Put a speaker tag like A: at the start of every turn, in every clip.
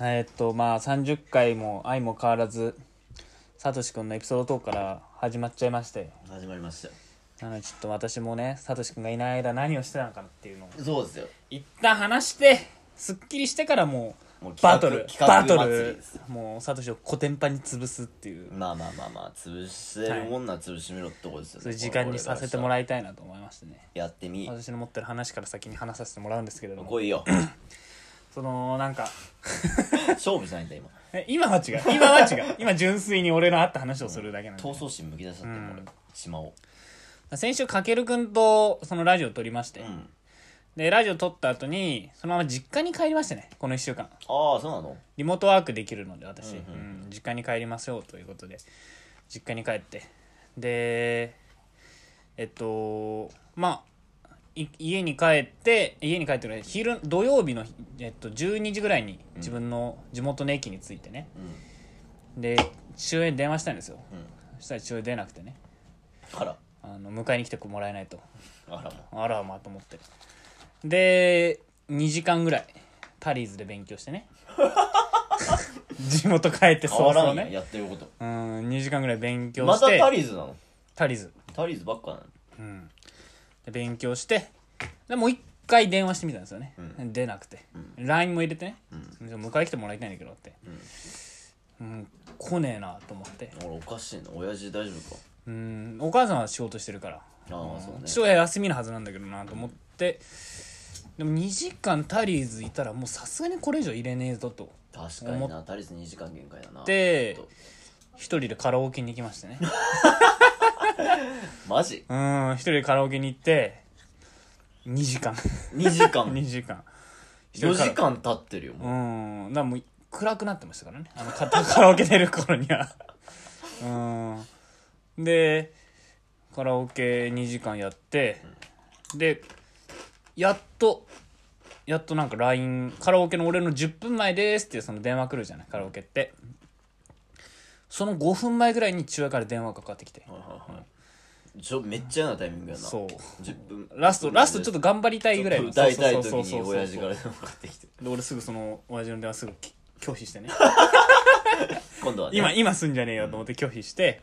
A: えっとまあ30回も愛も変わらずさとしくんのエピソード10から始まっちゃいましたよ
B: 始まりましたよ
A: なのでちょっと私もねさとしくんがいない間何をしてたのかなっていうのを
B: そうですよ
A: 一旦話してすっきりしてからもう
B: もう企画
A: バトルバ
B: 企
A: ト
B: 画祭り
A: ル
B: です
A: もうサトシをコテンパンに潰すっていう
B: まあまあまあまあ潰せるもんなら潰してみろってことですよね、
A: そういう時間にさせても
B: い
A: らいたいなと思いましてね
B: やってみ
A: 私の持ってる話から先に話させてもらうんですけれども
B: 来い よ
A: そのなんか
B: 勝負じゃないんだ今
A: え今は違う今は違う今純粋に俺のあった話をするだけなんで、
B: 闘争心むき出しちゃってるもん俺島を
A: 先週かけるくんとそのラジオを撮りまして、
B: うん
A: でラジオ撮った後にそのまま実家に帰りましたねこの1週間
B: ああそうなの
A: リモートワークできるので私、
B: うんうん
A: うん実家に帰りましょうということで実家に帰ってでえっとまあい家に帰って家に帰ってくる昼土曜日の、えっと、12時ぐらいに自分の地元の駅に着いてね、
B: う
A: で父親に電話したんですよ
B: んうん
A: そしたら父親出なくてね
B: あら
A: あの迎えに来てもらえないと
B: あらも
A: あらまあと思ってで2時間ぐらいタリーズで勉強して ね地元帰って
B: う
A: そう
B: 変
A: そ
B: わら
A: うん
B: や
A: ね
B: やってること
A: うん2時間ぐらい勉強
B: ま
A: したて、
B: タリーズなの
A: タリーズ、
B: タリーズばっかなの
A: うん、で勉強してでもう一回電話してみたんですよね、出なくて、LINE も入れてね、じゃあ迎えに来てもらいたいんだけどって、うん来ねえなと思って
B: 俺おかしいの親父大丈夫か
A: うんお母さんは仕事してるから
B: ああそうね
A: 父親休みのはずなんだけどなと思って、でも2時間タリーズいたらもうさすがにこれ以上入れねえぞと
B: 確かになタリーズ2時間限界だな
A: で
B: ちょっと
A: 一人でカラオケに行きましたね
B: マジ
A: うん一人でカラオケに行って2時 間
B: 2時間
A: 2時間
B: 4時
A: 一人カ
B: 間経ってるよもう
A: ラうんだからもう暗くなってましたから ねあのカカラオケ出る頃にはうんでカラオケ2時間やって、でやっとやっとなんか LINE カラオケの俺の10分前ですっていうその電話来るじゃないカラオケってその5分前ぐらいに父親から電話がかかってきて
B: はいはいはいちょめっちゃ嫌なタイミングやな
A: そう
B: 10分
A: ラストラストちょっと頑張りたいぐらいの
B: 歌いたい時
A: そうそうそう
B: に
A: そう
B: 親父から電話かかってきて
A: で俺すぐその親父の電話すぐき拒否してね
B: 今度はね
A: 今今すんじゃねえよと思って拒否して、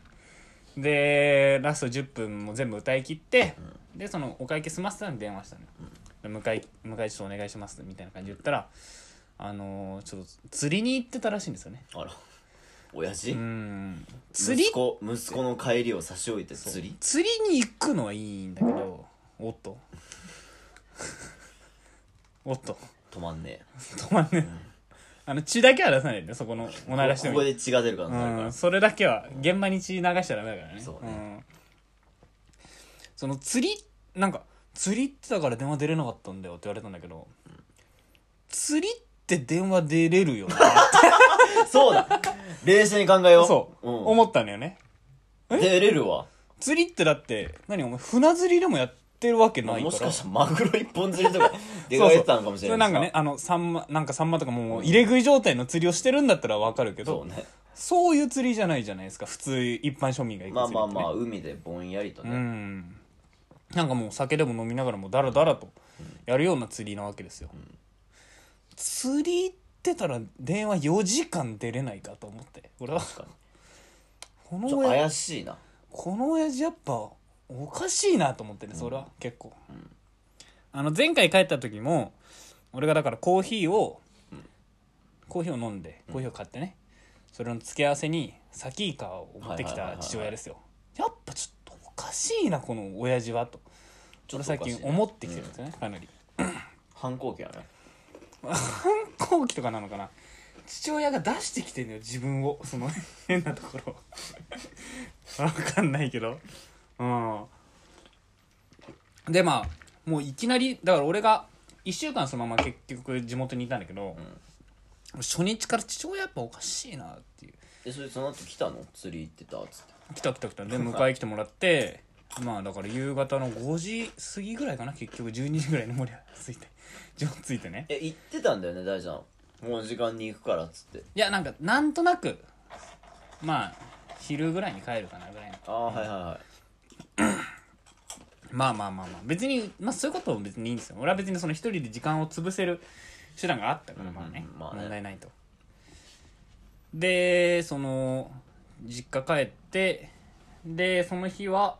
A: でラスト10分も全部歌い切って、でそのお会計済ませたのに電話したのよ、で迎え迎えちょっとお願いしますみたいな感じで言ったらあのーちょっと釣りに行ってたらしいんですよね
B: あら親父
A: うん釣り
B: 息子息子の帰りを差し置いて釣り
A: 釣りに行くのはいいんだけどおっ とおっと
B: 止まんねえ
A: 止まんねえあの血だけは出さないでそこのおならして
B: こ
A: も
B: こで血が出る可能性あるか
A: う
B: ら
A: ん、それだけは現場に血流しちゃダメだからね
B: そうね
A: ん、その釣りなんか釣りってだから電話出れなかったんだよって言われたんだけど、釣りって電話出れるよ ね
B: そうだ冷静に考えよ
A: そう、
B: う
A: 思ったんだよね
B: うん出れるわ
A: 釣りってだって何お前船釣りでもやってるわけないから
B: もしかしたらマグロ一本釣り とか出かけてたのかも
A: そ
B: しれない
A: れなんかねあのサンマなんかサンマとかもう入れ食い状態の釣りをしてるんだったらわかるけ
B: そ
A: ど
B: うね
A: そういう釣りじゃないじゃないですか普通一般庶民が行く
B: まあ
A: 釣りって、ね、
B: まあまあ海でぼんやりと
A: う
B: ね
A: んなんかもう酒でも飲みながらもダラダラとやるような釣りなわけですよ、釣り行ってたら電話4時間出れないかと思って俺は
B: かに
A: この
B: ちょっと
A: 親
B: 怪しいな
A: この親父やっぱおかしいなと思ってねそれは結構、あの前回帰った時も俺がだからコーヒーを、コーヒーを飲んでコーヒーを買ってね、それの付け合わせにサキイカを持ってきた父親ですよやっぱちょっとおかしいなこの親父はと
B: ちょ
A: 俺
B: っとお
A: 最
B: かしい
A: 近
B: な
A: 思ってきてるんですよね、かなり
B: 反抗期やね
A: 後期とかなのかな父親が出してきてんのよ自分をその 変なところをわかんないけどうんでまあもういきなりだから俺が1週間そのまま結局地元にいたんだけど、初日から父親やっぱおかしいなっていう
B: でそれその後来たの釣り行ってたっつって
A: 来た来た来たで迎え来てもらってまあだから夕方の5時過ぎぐらいかな結局12時ぐらいに森はついて 地元ついてね
B: え行ってたんだよね大ちゃんもう時間に行くからっつって
A: いやなんかなんとなくまあ昼ぐらいに帰るかなぐらいの
B: ああはいはいはい
A: まあまあまあまあ別にまあそういうことも別にいいんですよ俺は別にその一人で時間を潰せる手段があったからまあね,、
B: うんうんまあね
A: 問題ないとでその実家帰ってでその日は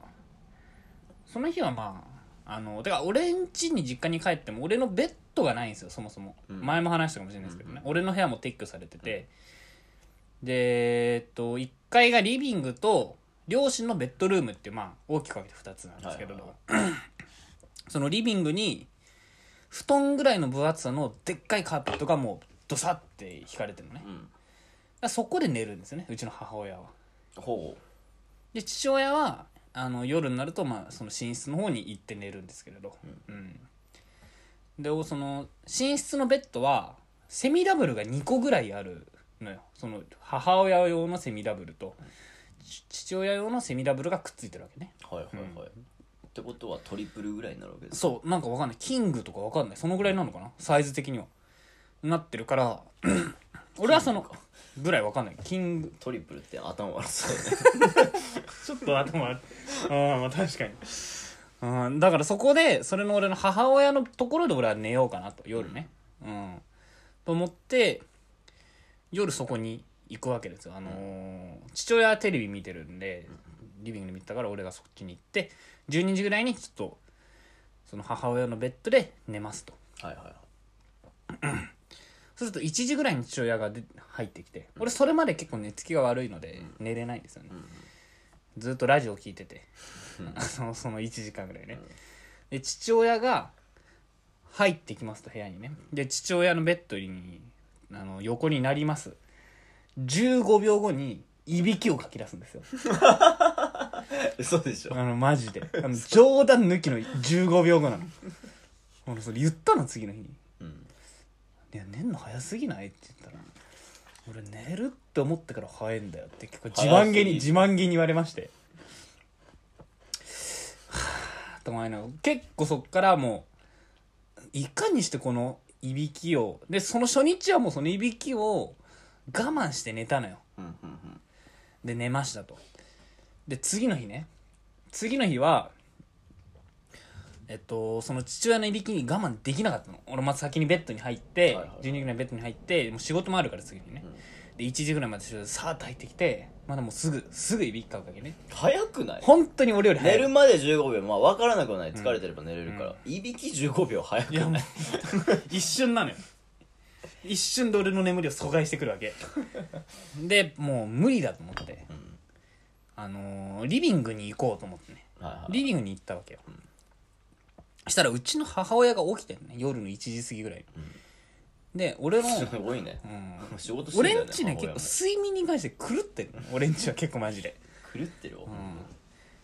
A: その日はまああのてか俺ん家に実家に帰っても俺のベッドがないんですよそもそも、
B: うん
A: 前も話したかもしれないですけどね、俺の部屋も撤去されてて、でえっと1階がリビングと両親のベッドルームっていうまあ大きく分けて2つなんですけど、
B: はいは
A: そのリビングに布団ぐらいの分厚さのでっかいカーペットがもうドサって引かれてるのね、
B: うん
A: だからそこで寝るんですよねうちの母親は
B: ほ
A: で父親はあの夜になると、まあ、その寝室の方に行って寝るんですけれど、うんでおその寝室のベッドはセミダブルが2個ぐらいあるのよその母親用のセミダブルとち父親用のセミダブルがくっついてるわけね
B: うはいはいはい、ってことはトリプルぐらいになるわけです
A: そうなんかわかんないキングとかわかんないそのぐらいなのかなサイズ的にはなってるから俺はその
B: キングか
A: ぐらいわかんないキング
B: トリプルって頭悪そう
A: ちょっと頭ある。ああ、まあ確かに。うん、だからそこで、それの俺の母親のところで俺は寝ようかなと、夜ね。うん。と思って、夜そこに行くわけですよ。あのー父親はテレビ見てるんで、リビングで見てたから俺がそっちに行って、12時ぐらいにちょっと、その母親のベッドで寝ますと。
B: はいはいはい
A: そうすると1時ぐらいに父親がで入ってきて俺それまで結構寝つきが悪いので寝れないんですよね、ずっとラジオ聞いてて、あのその1時 間ぐらいね、で父親が入ってきますと部屋にねで父親のベッドにあの横になります15秒後にいびきをかき出すんですよ
B: えそうでしょ
A: あのマジであの冗談抜きの15秒後なの 俺それ言ったの次の日に
B: うん
A: いや寝んの早すぎないって言ったら俺寝るって思ってから早いんだよって結構自慢げに
B: 早す
A: 自慢げに言われましてはぁと思いながら結構そっからもういかにしてこのいびきをでその初日はもうそのいびきを我慢して寝たのよ
B: うんうんうん
A: で寝ましたとで次の日ね次の日はえっとその父親のいびきに我慢できなかったの俺まず先にベッドに入って、
B: はいはいはい
A: 12時ぐらいにベッドに入ってもう仕事もあるから次にね、
B: うん
A: で1時ぐらいまで仕事でさーっと入ってきてまだもうすぐすぐいびきかうわけね
B: 早くない
A: 本当に俺より早
B: 寝
A: い
B: るまで15秒まあ分からなくはない疲れてれば寝れるから、いびき15秒早く
A: いやもう一瞬なのよ一瞬で俺の眠りを阻害してくるわけでもう無理だと思って、
B: ん
A: あのーリビングに行こうと思ってね
B: はいはい
A: リビングに行ったわけよ、したらうちの母親が起きてるね夜の1時過ぎぐらいに、で俺の、
B: すごいね
A: う、ん、
B: 仕事してんだ
A: 俺
B: よ
A: んちね
B: 母
A: 結
B: 親も
A: 構睡眠に関して狂ってるの俺んちは結構マジで
B: 狂ってるよ、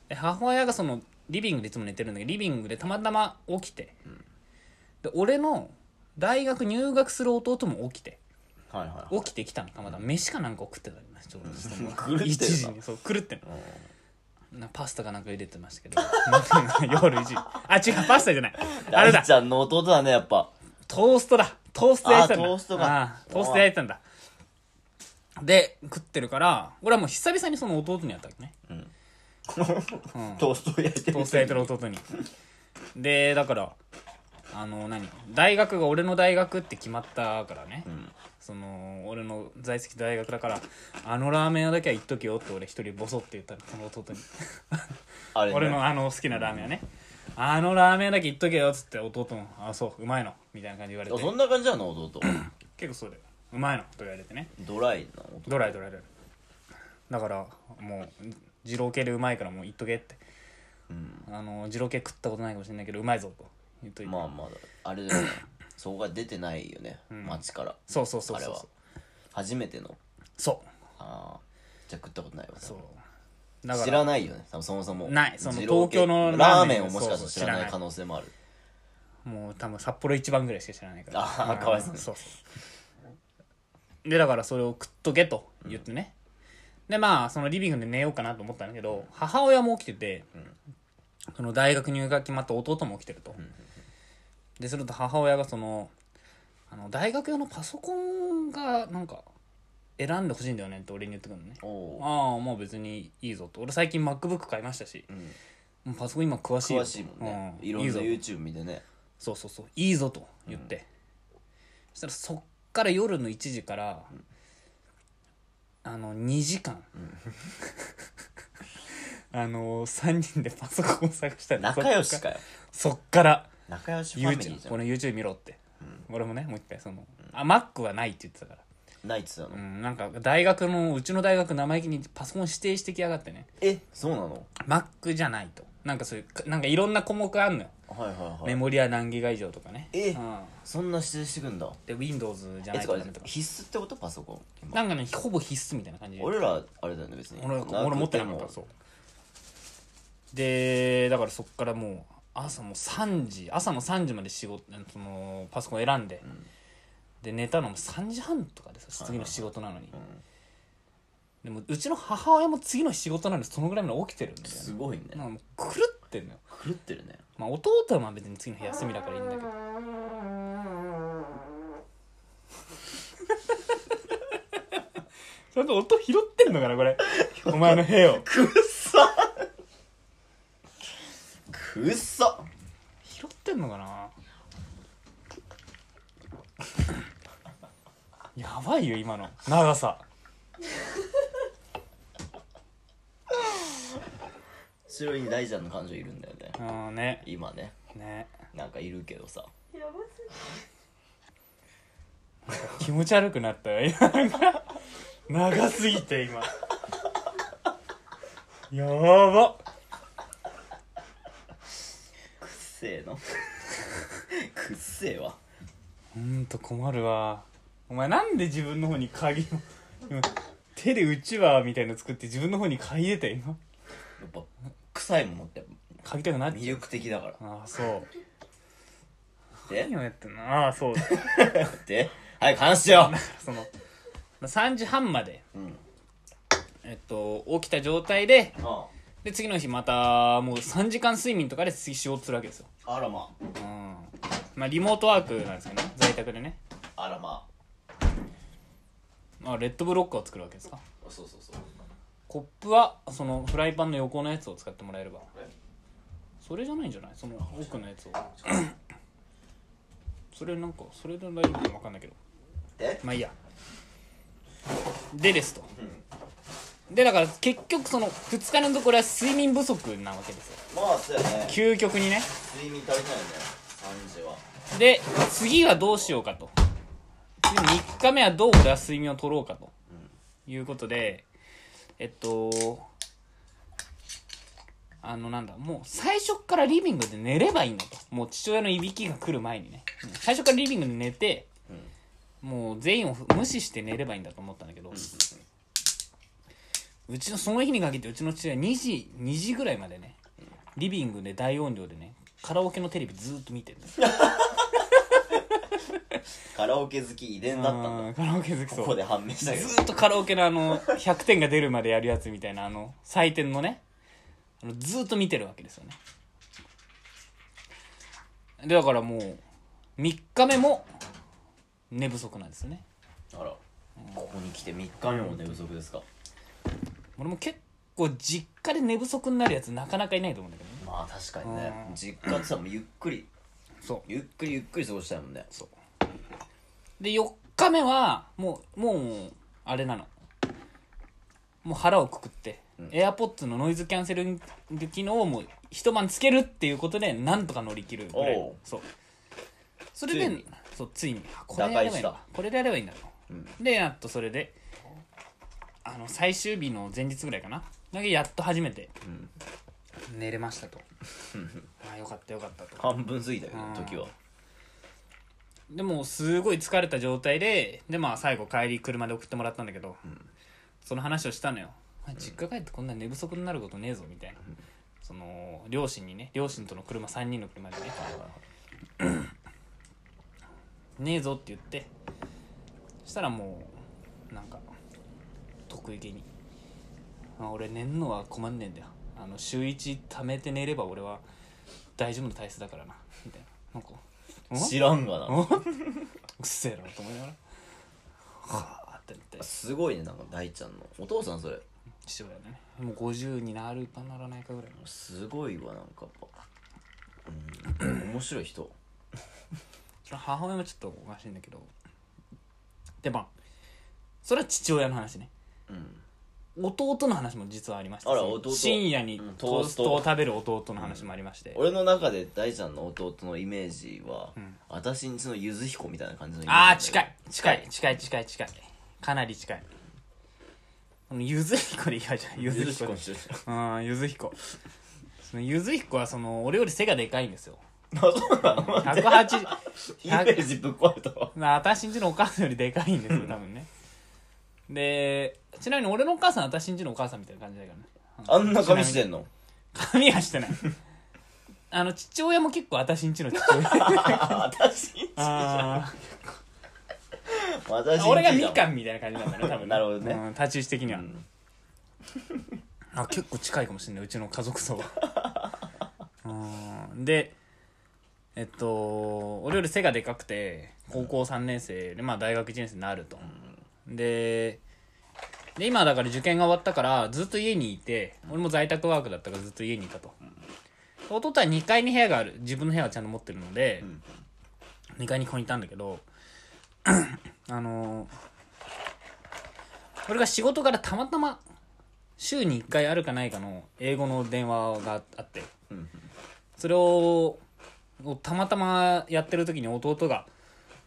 A: で母親がそのリビングでいつも寝てるんだけどリビングでたまたま起きて、で俺の大学入学する弟も起きて
B: はいはいはい
A: 起きてきたのたまたま飯かなんか食ってたりねちょうどその
B: 狂ってるな
A: 1時にそう狂ってんの
B: うん
A: なパスタかなんか入れてましたけど 夜1時あ違うパスタじゃないあれだ
B: 大ちゃんの弟だねやっぱ
A: トーストだトースト焼いてたんだ
B: あートーストか
A: あートースト焼いてたんだで食ってるから俺はもう久々にその弟に会ったわけね、
B: トースト焼いて
A: トースト焼いてる弟にでだからあの何大学が俺の大学って決まったからね、
B: ん
A: その俺の在籍大学だからあのラーメン屋だけは行っとけよって俺一人ボソって言ったのその弟に
B: あれ、ね、
A: 俺のあの好きなラーメン屋ね、あのラーメン屋だけ言っとけよっつって弟も「あそううまいの」みたいな感じで言われ
B: あ
A: て
B: そんな感じなの 弟
A: 結構そうだようまいのと言われてね
B: ドライな弟
A: ドライドライドライだからもう二郎系でうまいからもう言っとけって、あの二郎系食ったことないかもしれないけどうまいぞと言っといて、
B: まあまだあれ だよねそこが出てないよね、街から
A: そうそうそう
B: あれ
A: そう
B: は初めての
A: そう
B: ああじゃあ食ったことないわ
A: そうだか
B: 知
A: ら
B: らないよね多分そもそも
A: ないその
B: 二郎系
A: 東京のラ
B: ラ
A: ー
B: ー
A: メ
B: メ
A: ン
B: ンをもしかしたら知
A: そうそう知ら
B: ら
A: な
B: ないい可能性もある
A: もう多分札幌一番ぐらいしか知らないから
B: あーかわいそうに
A: そうそうでだからそれを食っとけと言ってね、でまあそのリビングで寝ようかなと思ったんだけど、母親も起きてて、その大学入学決まった弟も起きてると、でそれと母親がそのあの大学用のパソコンがなんか選んでほしいんだよねって俺に言ってくるのね
B: おおー
A: ああもう別にいいぞと俺最近 MacBook 買いましたし、もうパソコン今詳しいよ
B: 詳しいもんね
A: う
B: いろんな
A: ぞ
B: YouTube 見てね
A: そうそうそういいぞと言って、そしたらそっから夜の1時から、あの2時間 あの3人でパソコン探したり
B: 仲良しかよ
A: そっから
B: 仲良しファミリーじ
A: YouTube
B: ゃ
A: こ
B: ん
A: の YouTube 見ろって、俺もねもう一回その、あ Mac はないって言ってたから
B: ないっつうの
A: うん、なんか大学のうちの大学生意気にパソコン指定してきやがってね
B: えそうなの
A: Mac じゃないとなんかそういうかなんかいろんな項目あんのよ、
B: はいはい
A: メ
B: はい
A: モリは何ギガ以上とかね
B: え
A: うん、
B: そんな指定してくんだ
A: で Windows じゃ
B: え
A: ない
B: つか
A: とダメとか
B: 必須ってことパソコン今
A: なんかねほぼ必須みたいな感じで
B: 俺らあれだよね別に
A: 俺
B: なくて
A: 俺持ってなかっ
B: も
A: たそうでだからそっからもう朝もう3時朝の3時まで仕事そのパソコン選んで、
B: ん
A: で寝たのも3時半とかでさ次の仕事なのに、
B: ん
A: でもうちの母親も次の仕事なのにそのぐらいまで起きてるんだよね
B: すごいね
A: なんかもう狂ってんのよ、
B: 狂ってるね
A: まあ、弟はまあ別に次の日休みだからいいんだけど ちゃんと音拾ってんのかなこれお前の部屋を
B: くっさくっさ
A: 拾ってんのかな やばいよ今の長さ
B: 後ろに大ちゃんの感情いるんだよね
A: うんね
B: 今ね
A: ね
B: なんかいるけどさ
C: やばすぎ
A: 気持ち悪くなったよ今なんか長すぎて今やばっ
B: くっせえのくっせえわ
A: ほんと困るわお前なんで自分の方に鍵を今手でうちわみたいの作って自分の方に嗅いでたよ今
B: やっぱ臭いものって
A: 嗅ぎたくなっ
B: 魅
A: ちゃう
B: 力的だから
A: ああそう
B: で
A: 何をやってんのああそうだか
B: で早く話してよ
A: らその3時半まで
B: うん
A: えっと起きた状態で
B: あ
A: で次の日またもう3時間睡眠とかで次仕事するわけですよ
B: あらま
A: うんまあリモートワークなんですけどね在宅でね
B: あらま
A: まあレッドブロックを作るわけですか
B: そうそうそう
A: コップはそのフライパンの横のやつを使ってもらえれば
B: れ
A: それじゃないんじゃないその奥のやつを それなんかそれで大丈夫か分かんないけど
B: で
A: まあいいやでですと
B: うん
A: でだから結局その2日連続俺は睡眠不足なわけですよ
B: まあそうやね
A: 究極にね
B: 睡眠足りないよね3時は
A: で次はどうしようかと次3日目はどう俺は睡眠を取ろうかということでえっとあのなんだもう最初からリビングで寝ればいいんだともう父親のいびきが来る前にねうん最初からリビングで寝てもう全員をふ無視して寝ればいいんだと思ったんだけどうちのその日に限ってうちの父親2時2時ぐらいまでねリビングで大音量でねカラオケのテレビずーっと見てるんだよ
B: カラオケ好き遺伝だったんだ
A: うんカラオケ好きそ
B: こ
A: う
B: こで判明したけど
A: ずーっとカラオケのあの100点が出るまでやるやつみたいなあの採点のねあのずーっと見てるわけですよねでだからもう3日目も寝不足なんですよね
B: あらここに来て3日目も寝不足ですか
A: 俺も結構実家で寝不足になるやつなかなかいないと思うんだけどね
B: まあ確かにね
A: うん
B: 実家ってさもうゆっくり
A: そう
B: ゆっくりゆっくり過ごしたいもんね
A: そうで4日目はもうもうあれなのもう腹をくくって、AirPods のノイズキャンセリング機能をもう一晩つけるっていうことでなんとか乗り切るぐらい
B: おう
A: そうそれで
B: ついに
A: そうついにあこれでやればいいん
B: 打開
A: だ
B: し
A: これでやればいいんだと、
B: うん
A: でやっとそれであの最終日の前日ぐらいかなだけやっと初めて
B: うん
A: 寝れました とああよかったよかったと
B: 半分過ぎたけど
A: うん
B: 時は
A: でもうすごい疲れた状態ででまあ最後帰り車で送ってもらったんだけど、その話をしたのよ「実家帰ってこんな寝不足になることねえぞ」みたいな、その両親にね両親との車3人の車でね「ねえぞ」って言ってそしたらもうなんか得意げに「あ俺寝んのは困んねえんだよあの週1貯めて寝れば俺は大丈夫な体質だからな」みたいななんか「ん
B: 知らんがな
A: うっせえなと思いながらはあってなって
B: すごいねなんか大ちゃんのお父さんそれ
A: 父親ねもう50になるかならないかぐらいの
B: すごいわなんかやっぱうん面白い人
A: その母親もちょっとおかしいんだけどでまあそれは父親の話ね
B: うん
A: 弟の話も実はありました
B: あら
A: その
B: 弟
A: 深夜に
B: うん
A: トースト
B: トー
A: を
B: ス
A: 食べる弟の話もありまして、
B: 俺の中で大ちゃんの弟のイメージは、
A: ん
B: 私んちのゆず彦みたいな感じのイメージ
A: ああ近い近い近い近い近いかなり近いこのゆず彦でいいわじゃんゆ
B: ゆ
A: ず彦
B: ず彦
A: で
B: にしてる
A: うんゆず彦そのゆず彦はその俺より背がでかいんですよ
B: あそうなの
A: 180
B: イメージぶっ壊れたわ
A: まあ私んちのお母さんよりでかいんですよ多分ねでちなみに俺のお母さんは私んちのお母さんみたいな感じだからね
B: あんな髪してんの
A: 髪は してないあの父親も結構私んちの父親
B: あ私んちじゃん
A: あ
B: 私んち
A: ー 俺がみかんみたいな感じなんだね多分
B: なるほどね
A: うん立ち位置的には、
B: ん
A: あ結構近いかもしれないうちの家族とは うんでえっと俺より背がでかくて高校3年生で、まあ、大学1年生になると、でで今だから受験が終わったからずっと家にいて俺も在宅ワークだったからずっと家にいたと、弟は2階に部屋がある自分の部屋はちゃんと持ってるので、
B: ん
A: 2階にここにいたんだけど あの俺が仕事からたまたま週に1回あるかないかの英語の電話があって
B: うん
A: それをたまたまやってる時に弟が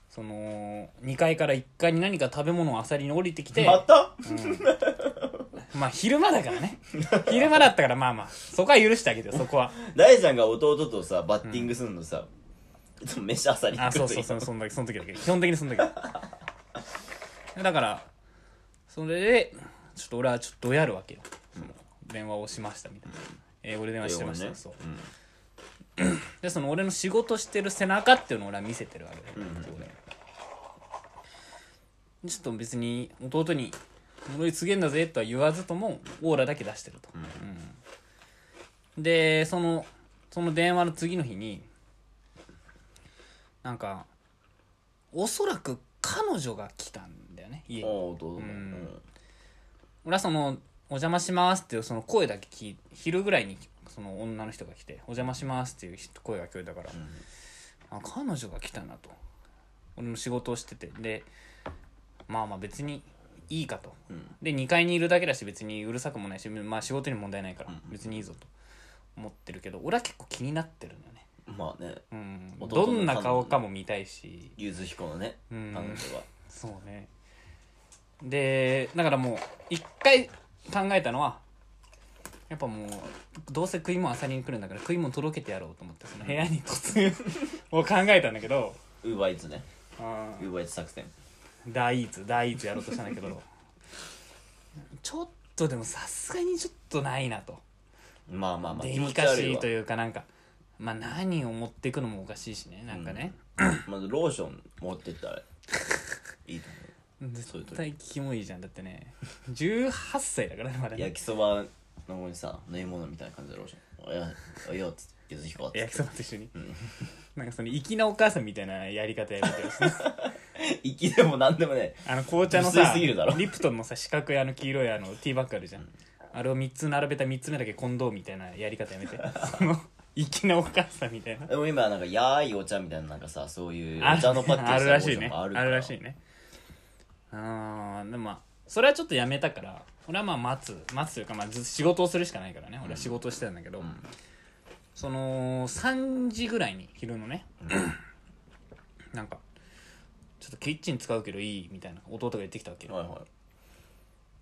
A: その2階から1階に何か食べ物をあさりに降りてきて
B: また
A: まあ昼間だからね昼間だったからまあまあそこは許してあげてよそこは
B: 大ちゃんが弟とさバッティングするのさ、いつも飯朝に
A: あ
B: 食
A: そうう
B: と
A: そう
B: き
A: そうそんだけその時だけ基本的にその時だけだからそれでちょっと俺はちょっとどやるわけよ、その電話をしましたみたいな英語で電話してましたよ、そうでその俺の仕事してる背中っていうのを俺は見せてるわけで、そこでちょっと別に弟に「呪いすげえんだぜ」とは言わずともオーラだけ出してると、うんでそのその電話の次の日になんかおそらく彼女が来たんだよね家
B: う
A: に
B: ん、お弟も、うん
A: 俺はその「お邪魔します」っていうその声だけ聞い昼ぐらいにその女の人が来て「お邪魔します」っていう声が聞こえたから、あ彼女が来たなと俺も仕事をしててでまあまあ別にいいかと、
B: ん
A: で2階にいるだけだし別にうるさくもないし、まあ、仕事にも問題ないから別にいいぞと思ってるけど俺は結構気になってるんだよね、
B: まあね
A: うん、
B: 弟
A: ど
B: の彼女
A: んな顔かも見たいし
B: ゆず彦のね彼
A: ん
B: 女は
A: そうねでだからもう一回考えたのはやっぱもうどうせ食い物あさりに来るんだから食い物届けてやろうと思ってその部屋に突入を考えたんだけど
B: ウーバーイーツね
A: あ
B: ウーバーイーツ作戦
A: ー大イーツ大イーツやろうとしたんだけど ちょっとでもさすがにちょっとないなと
B: まあまあまあ
A: デ
B: 気持
A: リ
B: ち
A: カシ
B: 悪い
A: ー
B: わ
A: というかなんかまあ何を持っていくのもおかしいしねなんかね、
B: まずローション持ってったらいいとそうい
A: 絶
B: う時
A: 対キモいじゃんだってね18歳だからねまだ
B: 思う
A: ね
B: 焼きそばの方にさ飲み物みたいな感じでローションおやおよっつってゆず彦っつって
A: 焼きそばと一緒に、なんかその粋なお母さんみたいなやり方やるけど さ
B: 息でもなんでもね
A: あの紅茶の
B: 薄い
A: さ
B: すぎるだろ
A: リプトンのさ四角いあの黄色いあのティーバッグあるじゃん、あれを3つ並べた3つ目だけ混同みたいなやり方やめ てその粋なお母さんみたいな
B: でも今なんかやーいお茶みたいななんかさそういう
A: あ
B: お茶のパッケージ
A: あるらしいね
B: のローションが
A: ある
B: から
A: らしいねあーでもまあそれはちょっとやめたから俺はまあ待つ待つというか、まあ、ず仕事をするしかないからね俺は仕事をしてたんだけど、その3時ぐらいに昼のね、なんかちょっとキッチン使うけどいいみたいな弟が言ってきたわけよ
B: はいは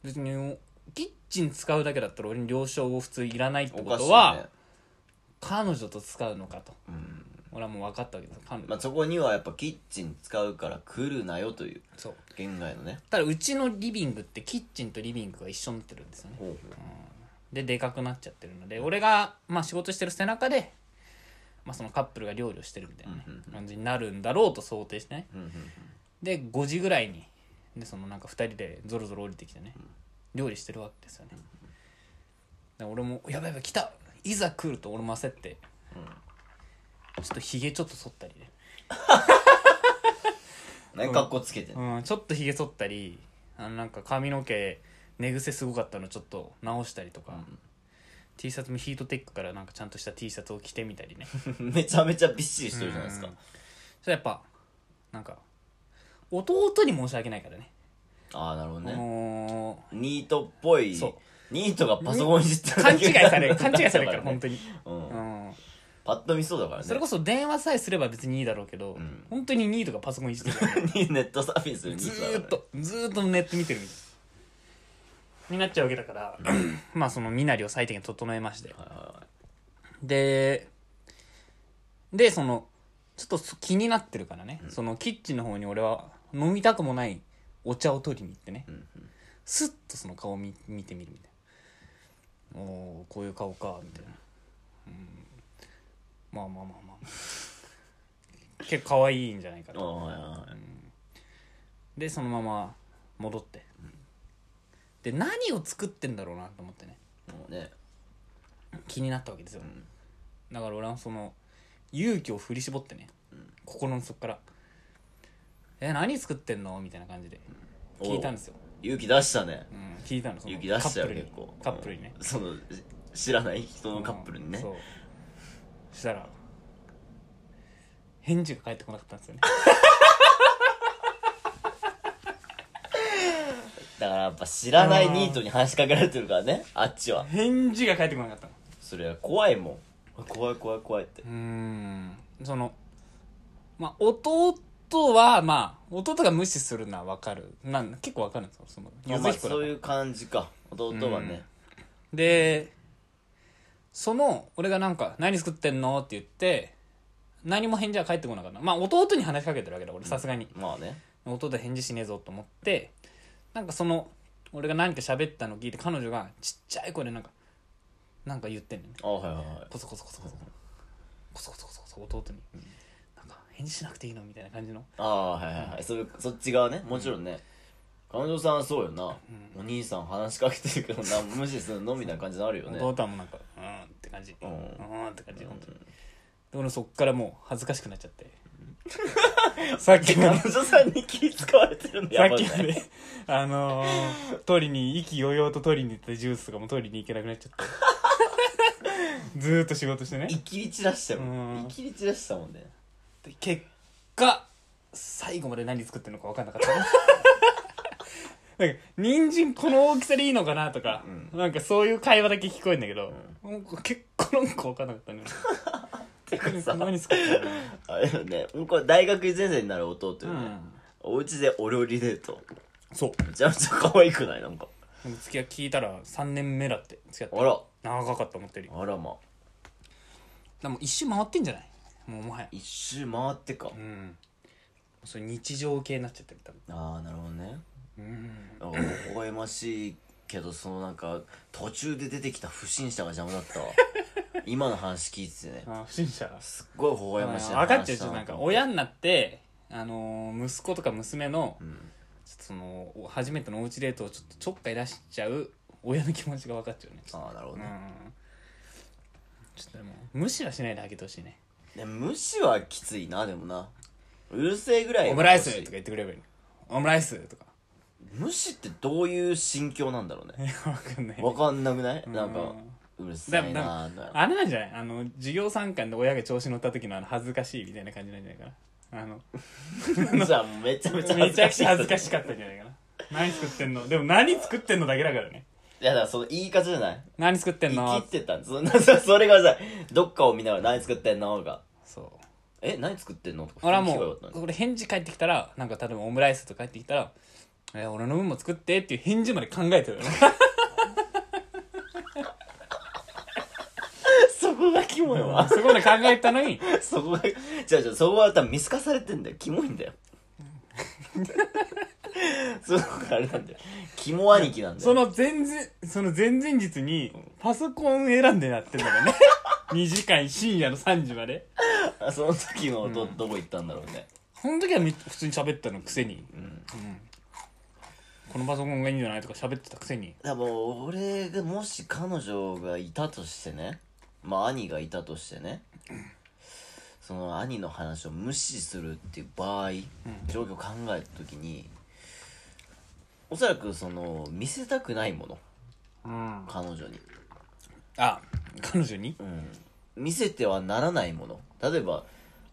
A: 別にキッチン使うだけだったら俺に了承を普通いらないっ
B: い
A: て
B: お
A: こ
B: かしい
A: と
B: よ
A: は、
B: ね
A: 彼女と使うのかと
B: うん
A: 俺はもう分かったわけです彼女、
B: まあ、そこにはやっぱキッチン使うから来るなよという
A: そう
B: 県外のね
A: ただうちのリビングってキッチンとリビングが一緒になってるんですよねででかくなっちゃってるので俺が、まあ、仕事してる背中で、まあ、そのカップルが料理をしてるみたいなね、
B: うんうんう
A: 感じになるんだろうと想定してね
B: うんうん
A: で5時ぐらいにでそのなんか2人でぞろぞろ降りてきてね料理してるわけですよねで俺も「やばいやばい来たいざ来る」と俺も焦って、ちょっとひげちょっと剃ったりね
B: ねかっこつけてね、
A: うん、ちょっとひげ剃ったりあのなんか髪の毛寝癖すごかったのちょっと直したりとか、T シャツもヒートテックからなんかちゃんとした T シャツを着てみたりねそ
B: めちゃめちゃびっしりしてるじゃないですか、
A: れやっぱなんか弟に申し訳ないからね
B: ああなるほど
A: あ
B: ね
A: の
B: ニートっぽい
A: そ
B: ニートがパソコンいじって
A: ー
B: る
A: 勘
B: だ
A: 違い
B: け
A: さ れる勘違いされるから
B: ね
A: 本当に、
B: うん
A: うん、
B: パッと見そうだからね
A: それこそ電話さえすれば別にいいだろうけど、
B: ん
A: 本当にニートがパソコンいじってるから
B: ネットサーフィスに
A: ずーっとずーっとネット見てるみたいなになっちゃうわけだから、まあその身なりを最低限整えまして
B: はいは
A: ででそのちょっとそ気になってるからね、そのキッチンの方に俺は飲みたくもないお茶を取りに行ってね、
B: いうんうん
A: スッとその顔を見見てみるみたいなおーこういう顔かみたいな、うん、まあまあまあまあ結構可愛いんじゃないか
B: あ
A: と
B: あはいはいはい
A: でそのまま戻って、で何を作ってんだろうなと思ってね
B: もうね
A: 気になったわけですよ、
B: ん
A: だから俺はその勇気を振り絞ってね、心の底から「え何作ってんの?」みたいな感じで聞いたんですよ、
B: 勇気出したね
A: うん、聞いたのその
B: 勇気出したよ
A: カップルに
B: 結構
A: カップルにね
B: うんそのし知らない人のカップルに
A: う
B: ね
A: んそうしたら返事が返ってこなかったんですよね
B: だからやっぱ知らないニートに話しかけられてるからねあっちは
A: 返事が返ってこなかったの
B: それは怖いもん怖い怖い怖いって
A: うーんそのまあ弟はまあ弟が無視するのは分かるなん結構分かるんですよその
B: まあ
A: ゆ
B: ま
A: ず
B: あ
A: 彦だ
B: そういう感じか弟はね
A: でその俺がなんか「何作ってんの?」って言って何も返事は返ってこなかったまあ弟に話しかけてるわけだ俺さすがに
B: まあね
A: 弟返事しねえぞと思ってなんかその俺が何か喋ったのを聞いて彼女がちっちゃい声でなんかなんか言ってんのよ
B: あはいはいはい
A: コソコソコソコソコソコソコソコソ弟に、なんか返事しなくていいのみたいな感じの
B: ああはいはいはいそういうそっち側ねもちろんね彼女さんはそうよなお兄さん話しかけてるけどな無視するのみたいな感じになるよね
A: 弟はもうなんかうーんって感じう
B: うん
A: ーんって感じ本当にで俺そっからもう恥ずかしくなっちゃってさっき
B: 彼
A: の
B: 女さんに気使われてるの
A: さ
B: や
A: っ
B: ばい
A: き
B: ね
A: まで、あのー、取りに、意気揚々と取りに行ったジュースとかも取りに行けなくなっちゃ って。ずーっと仕事してね
B: い。きり散らしたよ
A: うん
B: いきり散らしたもんね
A: で結果、最後まで何作ってるのか分かんなかった。 なんか、人参この大きさでいいのかなとか、なんかそういう会話だけ聞こえるんだけど、もう結構なんか分かんなか ったね。
B: てかさ
A: 何作ってるの
B: あれよね向こう大学1年生になる弟
A: う
B: よね
A: ん。
B: お家でお料理デート
A: そう。
B: めちゃめちゃ可愛くないなんか
A: 付き合い聞いたら3年目だって、付き合
B: あ
A: って。
B: ら
A: 長かった思ったより。
B: あらまあ
A: でも一周回ってんじゃないもうもはや
B: 一周回ってか
A: うんそれ日常系になっちゃってる多分
B: ああなるほどね
A: うん
B: なんか微笑ましいけどそのなんか途中で出てきた不審者が邪魔 だったわ今の話聞いててね
A: あ不審者
B: すっごい微笑ましい話だ
A: 分かっちゃうちょっとなんか
B: 親
A: 親になってあのー息子とか娘の,、
B: ん
A: ちょっとそのお初めてのおうちデートをちょっとちょっかい出しちゃう親の気持ちが分かっちゃうねちょっ
B: ああなるほ
A: と
B: ど
A: う
B: ね、
A: んちょっとでも無視はしないであげてほしいね
B: で無視はきついなでもなうるせえぐらい
A: オムライスとか言ってくれればいいのオムライスとか
B: 無視ってどういう心境なんだろうね
A: 分かんない
B: わかんなくないなんかうるせえなーとか
A: あれなんじゃないあの授業参観で親が調子乗った時のあの恥ずかしいみたいな感じなんじゃないかなあの
B: じゃあもうめちゃめちゃ
A: めちゃくちゃ恥ずか
B: い
A: しかったんじゃないかな何作ってんのでも何作ってんのだけだからね
B: いやだからその言い方じゃない
A: 何作ってん
B: 生
A: の
B: きてたんそんな そそれがさどっかを見ながら何作ってんのが
A: そう
B: え何作ってんのとか
A: 俺は
B: 普通に聞
A: も
B: けばよ
A: う
B: かったのに
A: 俺返事返ってきたらなんか例えばオムライスとか返ってきたら「え俺の分も作って」っていう返事まで考えてるよ ね
B: そこがキモいわ
A: そこまで考えたのに
B: そこが違う違うそこは多分見透かされてんだよキモ いんだよそうあれなんだよキモ兄貴なんだ
A: そ
B: よ
A: の前日その前々日にパソコン選んでなってんだ からね2時間深夜の3時まで
B: あその時のどどこ行ったんだろうね
A: その時はみ普通に喋ったのくせに、うんこのパソコンがいいんじゃないとか喋ってたくせに
B: 多分俺がもし彼女がいたとしてねまあ兄がいたとしてねその兄の話を無視するっていう場合、状況を考えた時におそらくその見せたくないもの
A: うん
B: 彼女に、
A: あ彼女に
B: うん、見せてはならないもの例えば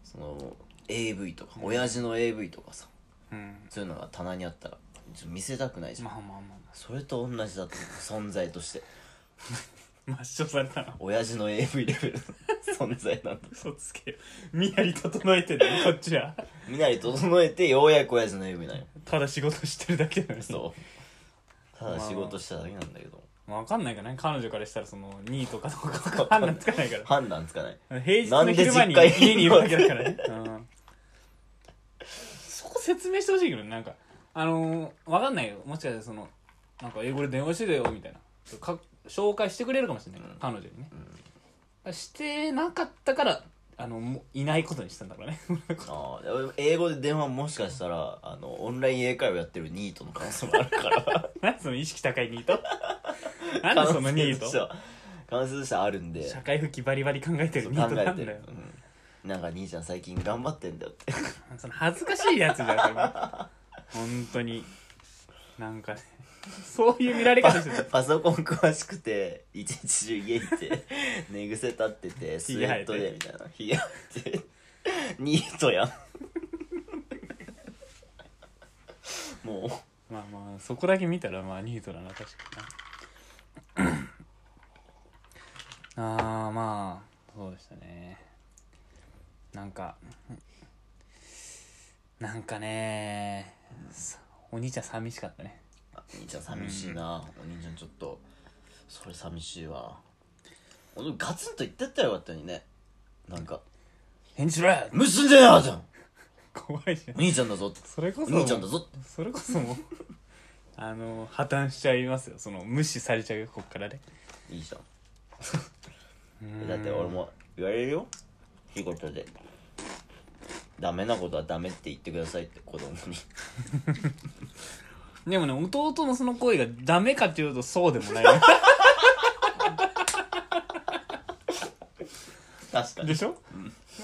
B: その AV とか親父の AV とかさ
A: うん
B: そういうのが棚にあったらちょっと見せたくないじゃん
A: まあまあまあま
B: それと同じだと思う存在として
A: あ抹消されたな
B: 親父の AV レベルの存在なんだ
A: 嘘つけよ身なり整えてんのこっちは
B: 身なり整えてようやく親父の AV なん よ
A: ただ仕事してるだけなのに
B: そうただ仕事しただけなん だけど
A: まあわかんないからね彼女からしたらその2位とかどうかわかんない判断つかないから
B: 判断つかない
A: 平日の昼間に
B: なんで実家
A: 家
B: に
A: に
B: い
A: いる
B: るわ
A: わ
B: け
A: けだからね、うん、そこ説明してほしいけどねなんかあのー、わかんないよもしかしてそのなんか英語で電話してたよみたいなか紹介してくれるかもしれない、
B: うん
A: 彼女にね、してなかったからあのもういないことにしたんだろうね
B: あー英語で電話もしかしたらあのオンライン英会話やってるニートの可能性もあるから
A: なんでその意識高いニー ト なんでそのニー
B: 可能性と
A: ト
B: しては可能性としてはあるんで
A: 社会復帰バリバリ考えてるニ
B: 考
A: ートな
B: え
A: ん
B: て
A: だよ
B: る、うん、なんか兄ちゃん最近頑張ってんだよって
A: その恥ずかしいやつじゃんそれも 本当になんかねそういう見られ方してた
B: パソコン詳しくて一日中家いて 寝癖立っててスウェットでみたいなひげ生えてニートやんもう
A: まあまあそこだけ見たらまあニートだな確かになあーまあそうでしたねなんかなんかねさお兄ちゃん寂しかったね
B: あ兄ちゃん寂しいな、お兄ちゃんちょっとそれ寂しいわ俺ガツンと言ってったらよかったのにねなんか
A: 返事しろ よ
B: 「結んでなあじゃん
A: 怖いじゃん
B: お兄ちゃんだぞ」
A: それこ
B: お
A: そ
B: 兄ちゃんだぞ」
A: それこそもう あの破綻しちゃいますよその無視されちゃうよこっからね
B: いいじゃんだって俺も言われるよ仕事でダメなことはダメって言ってくださいって子供 に
A: でもね弟のその行為がダメかっていうとそうでも ない、
B: 確か
A: で
B: に
A: しょ、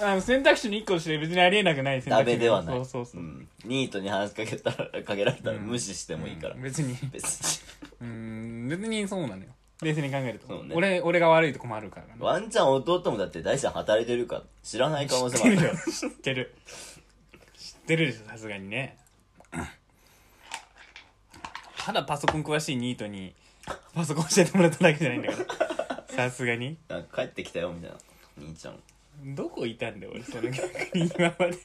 A: あの選択肢の1個として別にありえなくない選択肢
B: ダメではない
A: そうそうそう、
B: ん、ニートに話しかけたらかけられたら無視してもいいから、
A: 別に
B: 別
A: うん別にそうなのよ冷静に考えると、
B: そうね
A: 俺俺が悪いとこもあるから
B: にワンちゃん弟もだって大ちゃん働いてるから知らない可能性
A: 知
B: も
A: って
B: ある
A: るよ知ってる知ってるでしょさすがにねただパソコン詳しいニートにパソコン教えてもらっただけじゃないんだからさすがに
B: なんか帰ってきたよみたいな兄ちゃん
A: どこいたんだよ俺その逆に今まで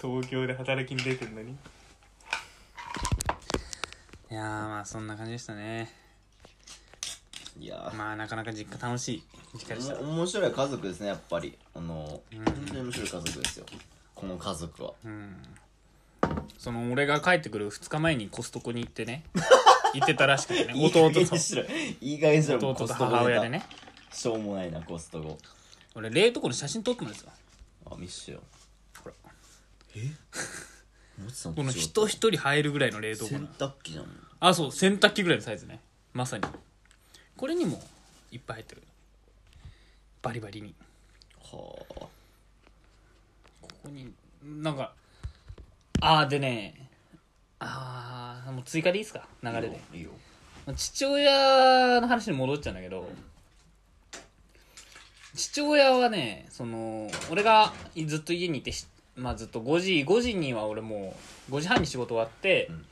A: 東京で働きに出てんのにいやーまあそんな感じでしたね
B: いやー
A: まあなかなか実家楽しい実家でした
B: お面白い家族ですねやっぱりあのー、本当に面白い家族ですよこの家族は
A: うんその俺が帰ってくる2日前にコストコに行ってね行ってたらしくてね
B: いい
A: 弟
B: 加
A: と
B: 減にしろいい加減にしろもう
A: 弟
B: コ
A: と
B: ストコ
A: 母親でね
B: しょうもないなコストコ
A: 俺冷凍庫の写真撮ったんですよ
B: あ見せてよ
A: ほら
B: 持ってたの
A: ことの
B: 違う
A: 人一人入るぐらいの冷凍庫な
B: 洗
A: の
B: 濯機じゃん
A: あそう洗濯機ぐらいのサイズねまさにこれにもいっぱい入ってるバリバリに
B: はあ
A: ここになんかああでねああもう追加でいいですか流れで
B: いいよ
A: 父親の話に戻っちゃうんだけど父親はねその俺がずっと家にいてしまあずっと5時5時には俺もう5時半に仕事終わって、
B: ん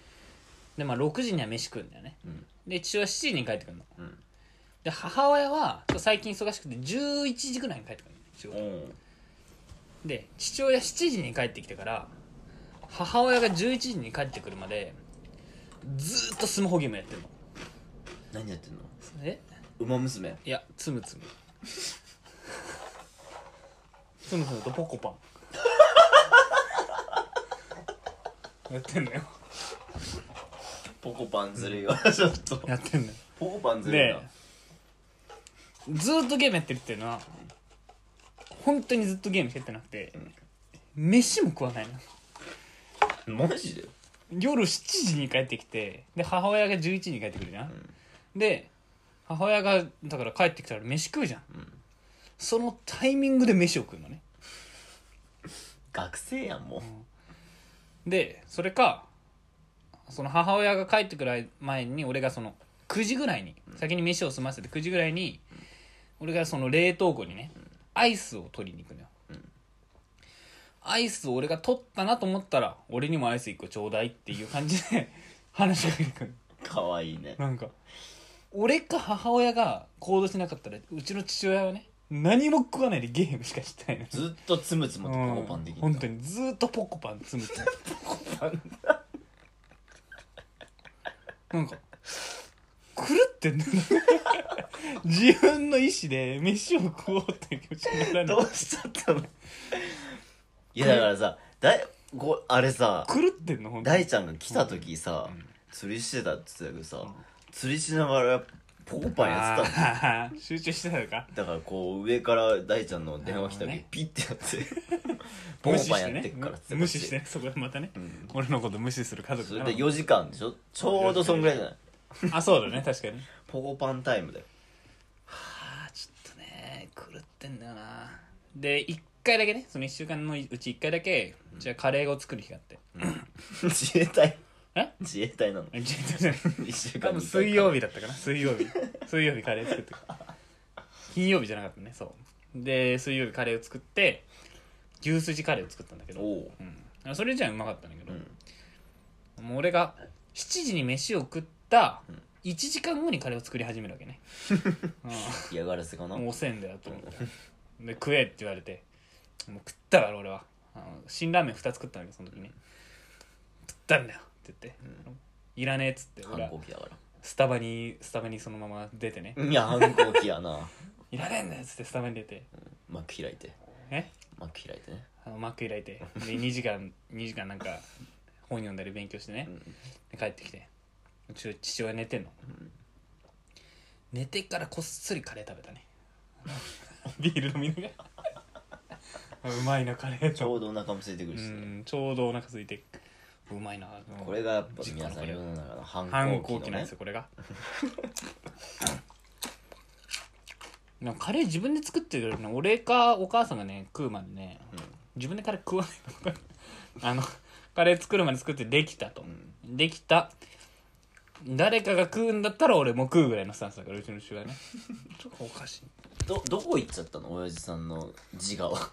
A: でまあ6時には飯食うんだよね
B: うん
A: で父親7時に帰ってくるの
B: うん
A: で母親はちょっと最近忙しくて11時ぐらいに帰ってくるのね仕
B: お
A: 事
B: ん
A: で父親7時に帰ってきてから母親が11時に帰ってくるまでずーっとスマホゲームやってるの
B: 何やってんの
A: え
B: ウマ娘
A: いやつむつむつむつむとポコパンやってんだよ
B: ポコパンずるいわちょっと
A: やってんだよ
B: ポコパンずるい
A: で
B: な
A: ずーっとゲームやってるっていうのは本当にずっとゲームしかやってなくて飯も食わないの
B: マジで
A: 夜7時に帰ってきてで母親が11時に帰ってくるじゃん、で母親がだから帰ってきたら飯食うじゃん、そのタイミングで飯を食うのね
B: 学生やんもう
A: でそれかその母親が帰ってくる前に俺がその9時ぐらいに先に飯を済ませて9時ぐらいに俺がその冷凍庫にねアイスを取りに行くのよ、アイス俺が取ったなと思ったら俺にもアイス1個ちょうだいっていう感じで 話しかけてくる
B: かわいいね
A: なんか俺か母親が行動しなかったらうちの父親はね何も食わないでゲームしかしてないの
B: ずっとつむつむと
A: うん
B: ポコパンできる
A: 本当にずーっとポコパンつむつむなんか狂ってんの 自分の意思で飯を食おうっていう気持ちにならない
B: どうしちゃったのいやだからさだいこあれさ
A: 狂ってんの本当
B: 大ちゃんが来た時さ釣りしてたって言ってたけどさ釣りしながらポコパンやってたの
A: あー集中してたのか
B: だからこう上から大ちゃんの電話来た
A: なる
B: 時
A: ほ
B: ピッてやってポ
A: 無
B: コ
A: 視
B: パ
A: し
B: ン
A: て
B: やって
A: ね
B: っからっつって
A: 無視してねそこでまたね、
B: ん
A: 俺のこと無視する家
B: そ
A: 族
B: れ
A: な
B: で4時間でしょちょうどそんぐらいじゃない
A: あそうだね確かに
B: ポコパンタイムだよ
A: あーちょっとね狂ってんだよなで1回だけねその1週間のうち1回だけじゃあカレーを作る日があって
B: 自衛隊
A: え
B: 自衛隊なの
A: あ違う違う違う
B: 一週
A: 多
B: 間に
A: 分
B: 一回
A: 水曜日だったかな水曜日水曜日カレー作って金曜日じゃなかったねそうで水曜日カレーを作って牛すじカレーを作ったんだけど、
B: おう
A: うん、それじゃうまかったんだけど、
B: うん
A: もう俺が7時に飯を食った
B: ん
A: 1時間後にカレーを作り始めるわけ ね、う、
B: 嫌がらせかなん
A: もう遅いんだよと思ってで食えって言われてもう食ったから俺はあの辛ラーメン2つ食ったんだけどその時ね食ったんだよって言って、いらねえっつって俺は
B: 反抗期だか
A: スタバにスタバにそのまま出てね、
B: らいや反抗期やな
A: いらねえんだよっつってスタバに出て
B: マック開いて
A: え
B: マック開いてね
A: あのマック開いてで2時 間2時間なんか本読んだり勉強してね、
B: ん
A: で帰ってきてうちの父親寝てんの、寝てからこっそりカレー食べたね ビール飲みなが らうまいなカレー
B: ち
A: と
B: ょうどお腹も空いてく
A: う
B: るしね
A: んちょうどお腹空いてうまいな
B: これがやっぱ
A: 実家のカ
B: 皆さん
A: レ
B: 世
A: ー
B: の中の反
A: 反
B: 抗
A: 抗
B: 期
A: 期なん
B: のね
A: ですよこれが なんかカレー自分で作ってるけどね俺かお母さんがね食うまでね、自分でカレー食わないの あのカレー作るまで作ってできたと、できた誰かが食うんだったら俺も食うぐらいのスタンスだからうちの父親ね ちょっとおかしい
B: どどこ行っちゃったの親父さんの自我は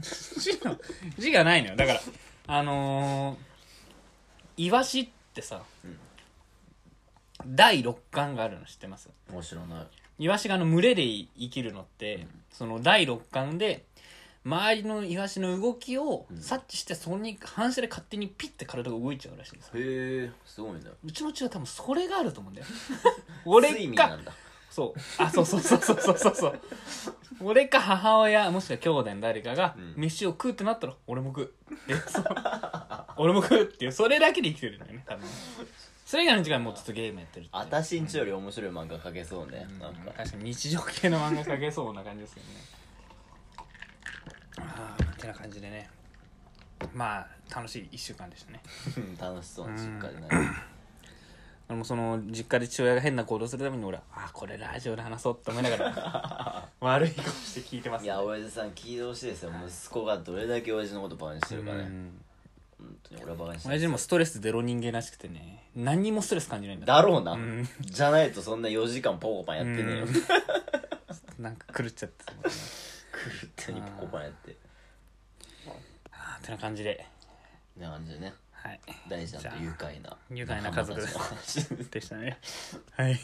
A: 字の 字がないのよだからあのー、イワシってさ、第六感があるの知ってます
B: 面白いな
A: イワシがあの群れで生きるのって、その第六感で周りのイワシの動きを察知して、それに反射で勝手にピッて体が動いちゃうらしいんですよ
B: へえすごいね
A: うちの父は多分それがあると思うんだよ俺
B: 睡眠な
A: か
B: んだ
A: そうあそうそうそうそうそうそうそう俺か母親もしくは兄弟の誰かが
B: うん
A: 飯を食うってなったら俺も食うってそう俺も食うっていうそれだけで生きてるんだよね多分それ以外の時間はもうずっとゲームやってるっていう
B: 私んちより面白い漫画描けそうねなんか
A: 確かに日常系の漫画描けそうな感じですよねああてな感じでねまあ楽しい1週間でしたね
B: 楽しそうな実家でね
A: 俺もその実家で父親が変な行動するために俺はああこれラジオで話そうって思いながら 悪い顔して聞いてます
B: いや親父さん聞いてほしいですよ息子がどれだけ親父のことバカにしてるか
A: う
B: ね
A: ん
B: 本当に俺はバカにして
A: 親
B: る
A: 父もストレスゼロ人間らしくてね何にもストレス感じないんだ
B: だろうな、
A: ん
B: じゃないとそんな4時間ポコパンやってねえよ、
A: うんなんか狂っちゃってたもんね
B: 狂ったようにポコパンやって
A: ああてな感じで
B: な感じでね
A: はい
B: 大事なんて愉快な
A: 愉快な家族
B: 仲間たちの話
A: でしたねはい